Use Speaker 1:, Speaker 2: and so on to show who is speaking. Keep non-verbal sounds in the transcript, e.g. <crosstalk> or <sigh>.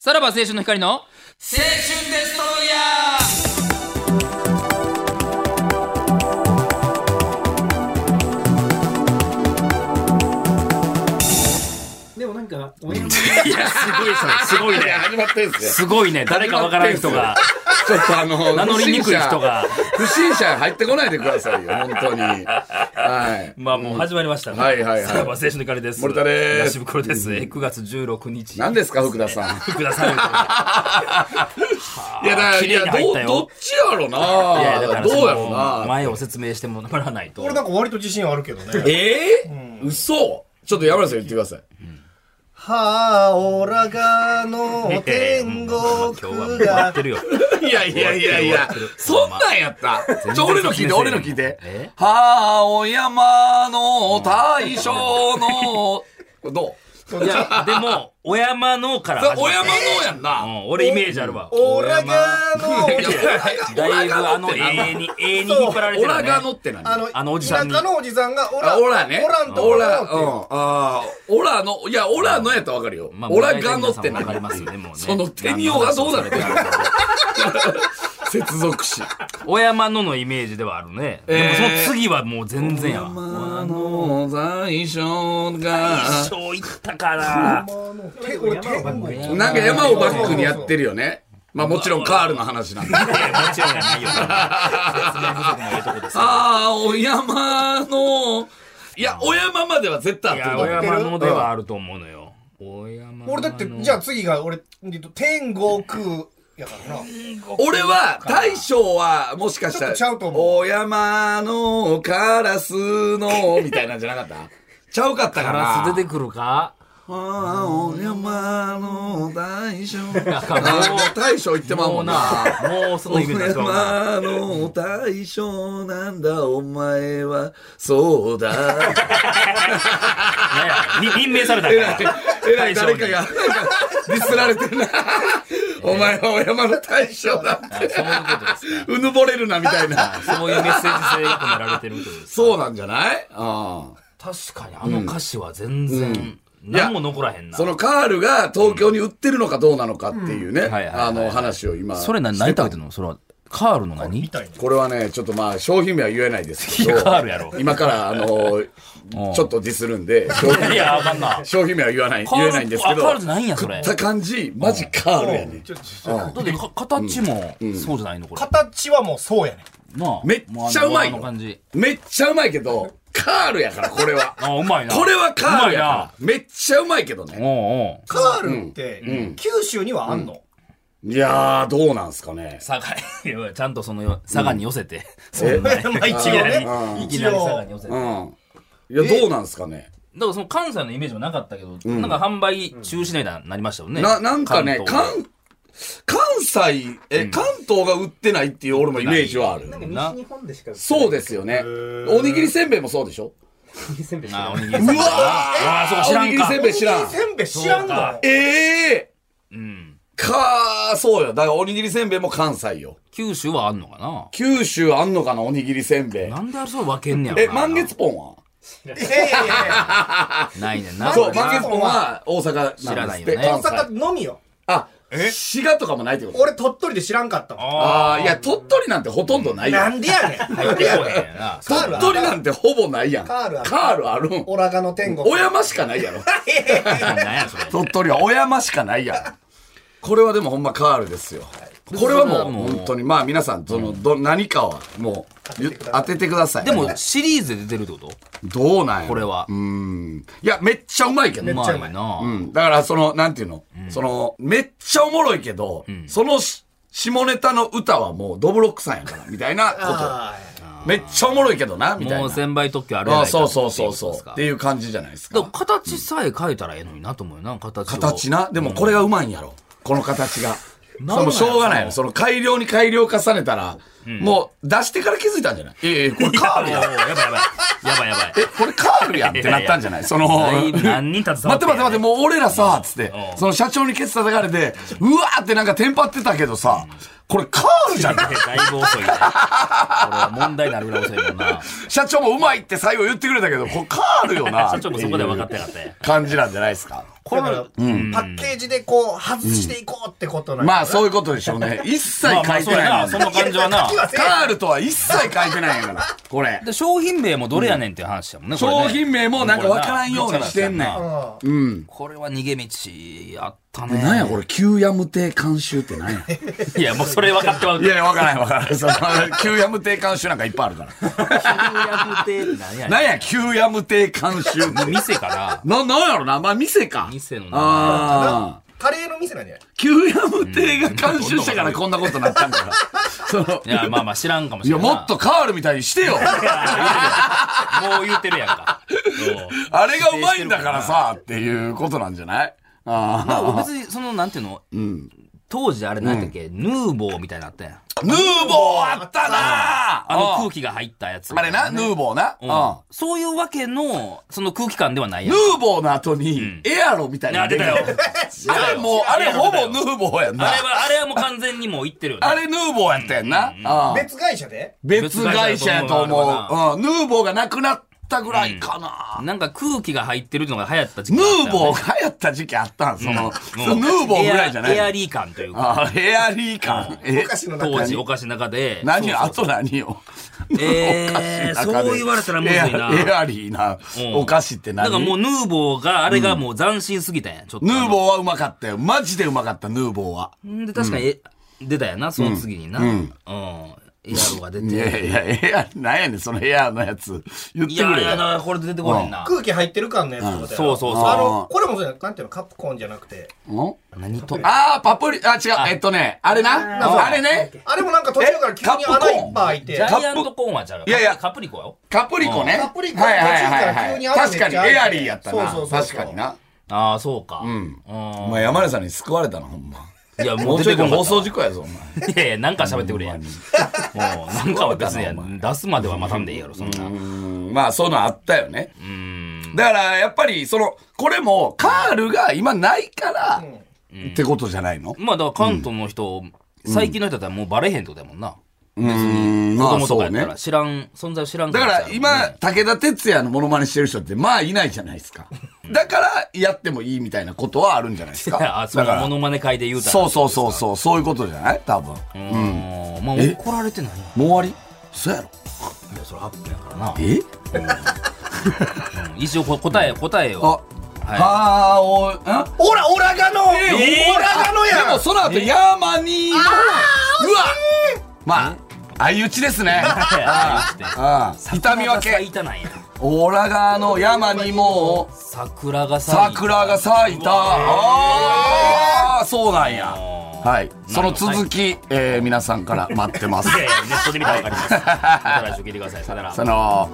Speaker 1: さらば青春の光の青春デストロイヤ
Speaker 2: でもなんか、おや
Speaker 1: ーいや、すごいさ、すごい
Speaker 3: いや
Speaker 1: ね。
Speaker 3: 始まってんすね
Speaker 1: すごいね。誰かわからん人が、
Speaker 3: ちょっと <laughs> あの
Speaker 1: 名乗りにくい人が
Speaker 3: 不審者不審者入ってこないでくださいよ本当にはい
Speaker 1: まあもう始まりましたね。
Speaker 3: はいはいはい
Speaker 1: さらば青春の光です。
Speaker 3: 森田です
Speaker 1: 東袋です。えー9月16日。
Speaker 3: 何ですか福田さん
Speaker 1: 福田さん。
Speaker 3: いやだから
Speaker 1: 綺麗
Speaker 3: い
Speaker 1: に
Speaker 3: や
Speaker 1: 入
Speaker 3: ど
Speaker 1: ったよ
Speaker 3: どっちやろない
Speaker 1: やだから
Speaker 3: どう
Speaker 1: その
Speaker 3: やろな
Speaker 1: 前を説明してもらわないと
Speaker 2: 俺。なんか割と自信あるけどね。
Speaker 3: えー、嘘ちょっと山田さん言ってください
Speaker 2: はあ、オラがの天
Speaker 1: 今日はも
Speaker 2: 国
Speaker 1: う終わ
Speaker 2: が
Speaker 1: っ。てるよ。
Speaker 3: いやいやいやい
Speaker 1: 終
Speaker 3: や
Speaker 1: わってる終わって、る
Speaker 3: そんなんやった。ちょ、俺の聞いて、俺の聞いて
Speaker 1: え。
Speaker 3: 青山の大将の、これ <laughs> どう
Speaker 1: いや、でも、お山のから始まった。
Speaker 3: お山のやん
Speaker 1: う
Speaker 3: な。
Speaker 1: ん、俺イメージあるわ。
Speaker 2: オラがの
Speaker 3: いや、
Speaker 1: だいぶあの
Speaker 3: オラが乗ってな
Speaker 1: A に、A に引っ張られて
Speaker 3: オ
Speaker 1: るよ
Speaker 3: ラ
Speaker 1: ね。
Speaker 3: が乗ってない。
Speaker 2: あの、
Speaker 1: あのおじさんに
Speaker 2: 田舎のおじさんが、オラ、
Speaker 3: あオラね。
Speaker 2: オラんと
Speaker 3: オ
Speaker 2: こ
Speaker 3: ラ、
Speaker 2: だ
Speaker 3: うん。
Speaker 2: よ
Speaker 3: ああー、オラの、いや、オラのやったらわかるよ
Speaker 1: まあ。
Speaker 3: オラが乗ってな
Speaker 1: わかります
Speaker 3: い。
Speaker 1: よね、もうね。
Speaker 3: その手に用がどうなるってなる接続詞。
Speaker 1: お山ののイメージではあるね。
Speaker 3: えー
Speaker 1: でもその次はもう全然やわ。
Speaker 3: 山の大将が
Speaker 1: 一。生いったから。
Speaker 2: って。手俺手も
Speaker 3: なんか山をバックにやってるよね。まあもちろんカールの話なんで。
Speaker 1: いやもちろんや
Speaker 3: <laughs>
Speaker 1: ないよ。
Speaker 3: 青山の、いや、お山までは絶
Speaker 1: い
Speaker 3: 対
Speaker 1: や、
Speaker 3: 合っ
Speaker 1: お
Speaker 3: てると
Speaker 1: 山のではあると思うのよ。お山の。
Speaker 2: 俺だって、じゃあ次が俺、天国やからな。
Speaker 3: 思う。俺は、大将は、もしかした
Speaker 2: ちょっとちゃうと
Speaker 3: ら、
Speaker 2: 思う
Speaker 3: お山のカラスの、みたいなんじゃなかった <laughs> ちゃうかった
Speaker 1: ガ
Speaker 3: か
Speaker 1: ラス
Speaker 3: な。
Speaker 1: 出てくるか
Speaker 3: 青山の大将。
Speaker 1: かん
Speaker 3: <laughs> あもう大将言ってまう
Speaker 1: も
Speaker 3: も
Speaker 1: うん
Speaker 3: な。
Speaker 1: な、もうそのイメージは
Speaker 3: 俺
Speaker 1: そうな
Speaker 3: はの大将なんだお前はそう <laughs> だ
Speaker 1: ねえに任命された
Speaker 3: え
Speaker 1: から
Speaker 3: いえらい誰かがなんかディスられてる <laughs> なお前はお山の大将だって
Speaker 1: そういうことです
Speaker 3: うぬぼれるなみたいな
Speaker 1: か。そういうメッセージ性が込められてるという。
Speaker 3: <laughs> そうなんじゃないああ
Speaker 1: 確かに、あの歌詞は全
Speaker 3: う
Speaker 1: 然
Speaker 3: ん、
Speaker 1: 何も残らへんな。
Speaker 3: そのカールが東京に売ってるのかどうなのかっていうね
Speaker 1: んはいはいはい
Speaker 3: あの話を今
Speaker 1: それ何、何食べてんのそれは、カールの何
Speaker 2: たい
Speaker 3: これはねちょっとまあ商品名は言えないですけ
Speaker 1: い <laughs> やカー
Speaker 3: ど
Speaker 1: ルやろ。
Speaker 3: 今からあの
Speaker 1: <laughs> うん
Speaker 3: ちょっとディスるんで商
Speaker 1: <laughs>
Speaker 3: 品
Speaker 1: いや、あかんな。
Speaker 3: 商品名は言わない、言えないんですけど、
Speaker 1: カールって何や、それ。
Speaker 3: 言っ
Speaker 1: だ
Speaker 3: た感じ、マジカールやね。
Speaker 2: ちょちょ
Speaker 1: ってか、形も、そうじゃないのこれ。
Speaker 2: 形はもうそうやね。
Speaker 1: なあ
Speaker 3: めっちゃうまいよ
Speaker 1: もあの感じ。
Speaker 3: めっちゃうまいけど、カールやから、これは。
Speaker 1: あ、うまいな。
Speaker 3: これはカールや
Speaker 1: な
Speaker 3: か。ら。めっちゃうまいけど
Speaker 1: おう
Speaker 3: ね。
Speaker 1: おう。
Speaker 2: カールって、九州にはあんの
Speaker 3: いやー、どうなんすかね。
Speaker 1: 佐賀、いやちゃんとその、佐賀に寄せて。そ
Speaker 3: え
Speaker 1: うね。
Speaker 2: <laughs> まあ一
Speaker 3: う
Speaker 2: 応ね。
Speaker 3: ん
Speaker 1: いき
Speaker 2: 一
Speaker 1: なり佐賀
Speaker 2: 応
Speaker 1: に。寄せて。
Speaker 3: う
Speaker 1: だか
Speaker 3: ん。いや、どうなんすかね。
Speaker 1: らその関西のイメージもなかったけど、なんか販売中止になりましたよね。
Speaker 3: な、なんかね、
Speaker 1: 関東
Speaker 3: 関、関西、え、関東が売ってないっていう俺もイメージはある。
Speaker 1: な
Speaker 4: 日本でしか売って
Speaker 3: そうですよね。おにぎりせんべいもそうでしょ
Speaker 4: ないせんべいしか
Speaker 1: あ、
Speaker 4: な
Speaker 1: お
Speaker 4: い
Speaker 1: にぎりせんべい。
Speaker 3: うわ
Speaker 1: ああ、そうか、知ら
Speaker 3: おにぎりせん
Speaker 1: ん
Speaker 3: べ
Speaker 1: か。
Speaker 3: い知らん。
Speaker 2: せんべい知らん
Speaker 1: そう
Speaker 2: の
Speaker 1: か
Speaker 3: ええ
Speaker 1: うん。
Speaker 3: かー、そうよ。だからおにぎりせんべいも関西よ。
Speaker 1: 九州はあんのかな
Speaker 3: 九州あんのかなおにぎりせんべい。
Speaker 1: なんであれそう分けんねやろ
Speaker 3: え、
Speaker 1: な
Speaker 3: 満月ポンはい
Speaker 2: やいやいやいや
Speaker 1: ないねんな。
Speaker 3: そう、
Speaker 2: 満
Speaker 3: 満
Speaker 2: 月
Speaker 3: 月
Speaker 2: ポ
Speaker 3: ポ
Speaker 2: ン
Speaker 3: ン
Speaker 2: は
Speaker 3: は大阪なんです
Speaker 1: 知らないよ
Speaker 3: っ
Speaker 1: ね
Speaker 3: て。関
Speaker 2: 大
Speaker 3: 西
Speaker 2: 阪のみよ。
Speaker 3: あ、滋賀とかもないってこと
Speaker 2: 俺鳥取で知らんかったわ。
Speaker 3: ああ、いや、鳥取なんてほとんどないよ
Speaker 2: な。んでやね
Speaker 3: <laughs>
Speaker 2: ん。
Speaker 1: 入ってこへんやな。
Speaker 2: カール
Speaker 3: 鳥取なんてほぼないやん。
Speaker 2: カールある
Speaker 3: あるん。
Speaker 2: オラガの天国。
Speaker 3: お山しかないやろ。
Speaker 1: なんやそれ。
Speaker 3: <laughs> 鳥取はお山しかないやん。これはでもほんまカールですよ。これはもう本当に、まあ皆さん、その、ど、何かはもう、ゆ当ててください。
Speaker 1: でも、シリーズで出てるってこと
Speaker 3: どうなんやろ
Speaker 1: これは
Speaker 3: うーん。いや、めっちゃうまいけど
Speaker 1: う
Speaker 3: ね。
Speaker 1: ま
Speaker 2: ゃうまい
Speaker 1: いな。
Speaker 3: うん、だからその、なんていうの、その、めっちゃおもろいけど、そのし下ネタの歌はもうドブロックさんやから、みたいな
Speaker 2: あ
Speaker 3: こと。めっちゃおもろいけどな、みたい
Speaker 1: もう
Speaker 3: な。
Speaker 1: 千倍特許あるや
Speaker 3: あ
Speaker 1: な
Speaker 3: あ
Speaker 1: いか
Speaker 3: そうそう
Speaker 1: ってい
Speaker 3: そう
Speaker 1: こと
Speaker 3: そう
Speaker 1: です。か
Speaker 3: っていう感じじゃないです
Speaker 1: だか
Speaker 3: か。
Speaker 1: ら形さえ変えたらええのになと思うよな、形を。
Speaker 3: 形な。でもこれがうまいんやろ。この形が。
Speaker 1: なん
Speaker 3: そのしょう
Speaker 1: な
Speaker 3: がない
Speaker 1: んやろ
Speaker 3: の。その改良に改良重ねたら、もう出してから気づいたんじゃないええ、これカール
Speaker 1: や
Speaker 3: やん。
Speaker 1: ばいやばいやばい。やばいやばい。
Speaker 3: え、これカールやんってなったんじゃないその、
Speaker 1: だいぶ何人携わ
Speaker 3: 待って待って待って、
Speaker 1: て
Speaker 3: もう俺らさ、つって
Speaker 1: う、ん
Speaker 3: その社長にケツ叩かれて、うわーってなんかテンパってたけどさ、これカー
Speaker 1: <laughs>
Speaker 3: ルじゃん。
Speaker 1: んね。だいぶ遅いね。これは問題になるぐらい遅いもんな。
Speaker 3: 社長もうまいって最後言ってくれたけど、これカールよな。
Speaker 1: 社長もそこでは分かってなかったよ
Speaker 3: 感じなんじゃないですか。
Speaker 1: これ
Speaker 2: だから、パッケージでこう、外していこうってことなんや
Speaker 3: まあそういうことでしょうね。一切書いてない
Speaker 1: そうやな、その感じはな。
Speaker 2: いや書きはせえへん
Speaker 3: カールとは一切書いてないんやから。これ。
Speaker 1: で商品名もどれやねんっていう話だもんね、これね
Speaker 3: 商品名もなんかわからんようにしてんねん
Speaker 1: これな
Speaker 2: うん
Speaker 1: これは逃げ道あったね
Speaker 3: なんやこれ、旧ヤム亭監修って何や
Speaker 1: れいやもうそれ分かってまう
Speaker 3: いやいや、わからんわからん。その、旧ヤム亭監修なんかいっぱいあるから。
Speaker 1: <laughs> 何やねん
Speaker 3: なんや、旧ヤム亭監修って。
Speaker 1: 店か
Speaker 3: な、なんやろなまあ、店か。
Speaker 1: 店の名前
Speaker 3: ああ。
Speaker 2: カレーの店なんじゃない
Speaker 3: 旧ヤム亭が監修したからこんなことになったんだから。その、
Speaker 1: らいやまあまあ知らんかもし
Speaker 3: い
Speaker 1: れ
Speaker 3: や、
Speaker 1: ん
Speaker 3: も
Speaker 1: ない
Speaker 3: っとカールみたいにしてよ。
Speaker 1: もう言うてるやん <laughs> かそう
Speaker 3: あれがうまいんだからさ、っていうことなんじゃないあ
Speaker 1: まあ別にそのなんていうの、当時あれ何だっけ、ヌーボーみたいなのあったやん
Speaker 3: あ。ヌーボーあったな
Speaker 1: あの
Speaker 3: うん
Speaker 1: 空気が入ったやつみた
Speaker 3: あれ
Speaker 1: いね
Speaker 3: な、ヌーボーな。
Speaker 1: う
Speaker 3: うんん。
Speaker 1: そういうわけのその空気感ではないや
Speaker 3: ヌ
Speaker 1: ん
Speaker 3: ーボーの後に、エアロみたいなの出
Speaker 1: <laughs>
Speaker 3: て
Speaker 1: いや
Speaker 3: た
Speaker 1: 出
Speaker 3: よ
Speaker 1: たよ。
Speaker 3: <laughs> あれもう、あれほぼヌーボーやん
Speaker 1: あ
Speaker 3: な
Speaker 1: れ。はあれはもう完全にもう言ってるよね
Speaker 3: あれヌーボーやったやんな。ああ
Speaker 2: 別会社で
Speaker 3: 別会社や
Speaker 1: 別会社や
Speaker 3: と
Speaker 1: と
Speaker 3: 思う。うんヌーボーがなくなったぐらいかな。
Speaker 1: なんか空気が入ってるのが流行った時期
Speaker 3: ヌ
Speaker 1: があったよね
Speaker 3: ーボーが流行った時期あったんそ
Speaker 1: <laughs>
Speaker 3: の、そのヌーボーぐらいじゃな
Speaker 1: エアエア
Speaker 3: い
Speaker 1: リー感というか
Speaker 3: ああエアリー感。え
Speaker 2: お菓子の
Speaker 1: 当
Speaker 2: 中
Speaker 1: 時
Speaker 2: に。
Speaker 1: お菓子の中で
Speaker 3: 何よあと何よ。
Speaker 1: えー
Speaker 3: お菓子の中で
Speaker 1: そう言われたらむずいな
Speaker 3: エアエアリーな
Speaker 1: うん
Speaker 3: お菓子って
Speaker 1: だ
Speaker 3: 何
Speaker 1: からもうヌーボーがあれがもう斬新すぎたんやちょっと
Speaker 3: ヌーボーはうまかったよ。マジでうまかった、ヌーボーは。
Speaker 1: ーで確かにえ出たやなその次になうんエアロが出
Speaker 3: いや
Speaker 1: て
Speaker 3: いや、エア、なんやねん、そのエアのやつ。言っ
Speaker 1: い
Speaker 3: てく
Speaker 1: や
Speaker 3: れ
Speaker 1: いや
Speaker 3: よ。
Speaker 1: なこれ出てこへんな
Speaker 2: 空気入ってる感のやつってことやな
Speaker 1: そうそうそう
Speaker 2: あの、これもそうやんなんていうの、カプコンじゃなくて。
Speaker 3: ん
Speaker 1: 何と
Speaker 3: ああ、パプリ、あ、違う、えっとね、あれな、あれね、
Speaker 2: あれもなんか途中から急に
Speaker 3: えカプコ
Speaker 2: 穴
Speaker 3: ン
Speaker 2: いっぱい開い
Speaker 1: ジ
Speaker 2: て。
Speaker 1: ャイアントコーンはちゃう
Speaker 3: いやいや
Speaker 1: カプリコやよ
Speaker 3: カプリコね。
Speaker 2: カプリコ
Speaker 3: はいはいはい
Speaker 2: 途中か
Speaker 3: はい。確か
Speaker 2: ら急にあるの
Speaker 3: に、エアリーやったな。
Speaker 2: そうそうそうそう
Speaker 3: 確かにな。
Speaker 1: ああそうかうん
Speaker 3: お前、山根さんに救われたな、ほんま。
Speaker 1: いやも
Speaker 3: も
Speaker 1: う
Speaker 3: う
Speaker 1: 出
Speaker 3: ち
Speaker 1: て
Speaker 3: ょい
Speaker 1: こ
Speaker 3: で
Speaker 1: んかったわ
Speaker 3: 放送事故やぞ、お前。
Speaker 1: いやいやなんか喋ってくれやもうなんかは別
Speaker 3: <laughs>
Speaker 1: にや出すまでは待たんでいいやろそんな
Speaker 3: うんまあ、そういうのあったよね。だから、やっぱり、その、これも、カールが今ないから、ってことじゃないの
Speaker 1: まあだから関東の人、最近の人だったらもうバレへんってことやもんな。
Speaker 3: うん、
Speaker 1: 子
Speaker 3: まあ、
Speaker 1: 供と
Speaker 3: そ
Speaker 1: か
Speaker 3: う
Speaker 1: やった
Speaker 3: ね
Speaker 1: ら。知らん、存在知らん
Speaker 3: だか
Speaker 1: もし
Speaker 3: ら
Speaker 1: れんもん
Speaker 3: 今
Speaker 1: ね、。
Speaker 3: 武田鉄矢のモノマネしてる人って、まあいないじゃないですか。だから、やってもいいみたいなことはあるんじゃないですか
Speaker 1: あ、そ
Speaker 3: だか
Speaker 1: の
Speaker 3: ら
Speaker 1: モノマネ会で言うたら。
Speaker 3: そうそうそうそう、そういうことじゃない多分。
Speaker 1: う
Speaker 3: も
Speaker 1: ん。まあ
Speaker 3: え
Speaker 1: 怒られてないやん。いう
Speaker 3: 終わりそうやろ
Speaker 1: や、それハッピーやからな。
Speaker 3: え
Speaker 1: うん一応こ答え、答え
Speaker 3: あ、
Speaker 1: を。はい
Speaker 3: はーお、ん
Speaker 2: オラ、オラガノオ
Speaker 3: え
Speaker 2: ラガノ
Speaker 3: で
Speaker 2: や
Speaker 3: も
Speaker 2: ん
Speaker 3: その後、ヤーマニーも、うわまあ、相打ちですね。
Speaker 1: あ
Speaker 3: ああ痛み分
Speaker 1: 咲
Speaker 3: け。
Speaker 1: いたなんや。
Speaker 3: オラがの山にも、
Speaker 1: 桜が咲いた。
Speaker 3: 桜が咲いた。ああ、そうなんや。はい。その続き、えー皆さんから待ってます
Speaker 1: い。や
Speaker 3: <laughs>
Speaker 1: いや、ネットで見たらわかります。また来週聞いてください。さよなら
Speaker 3: そ。の。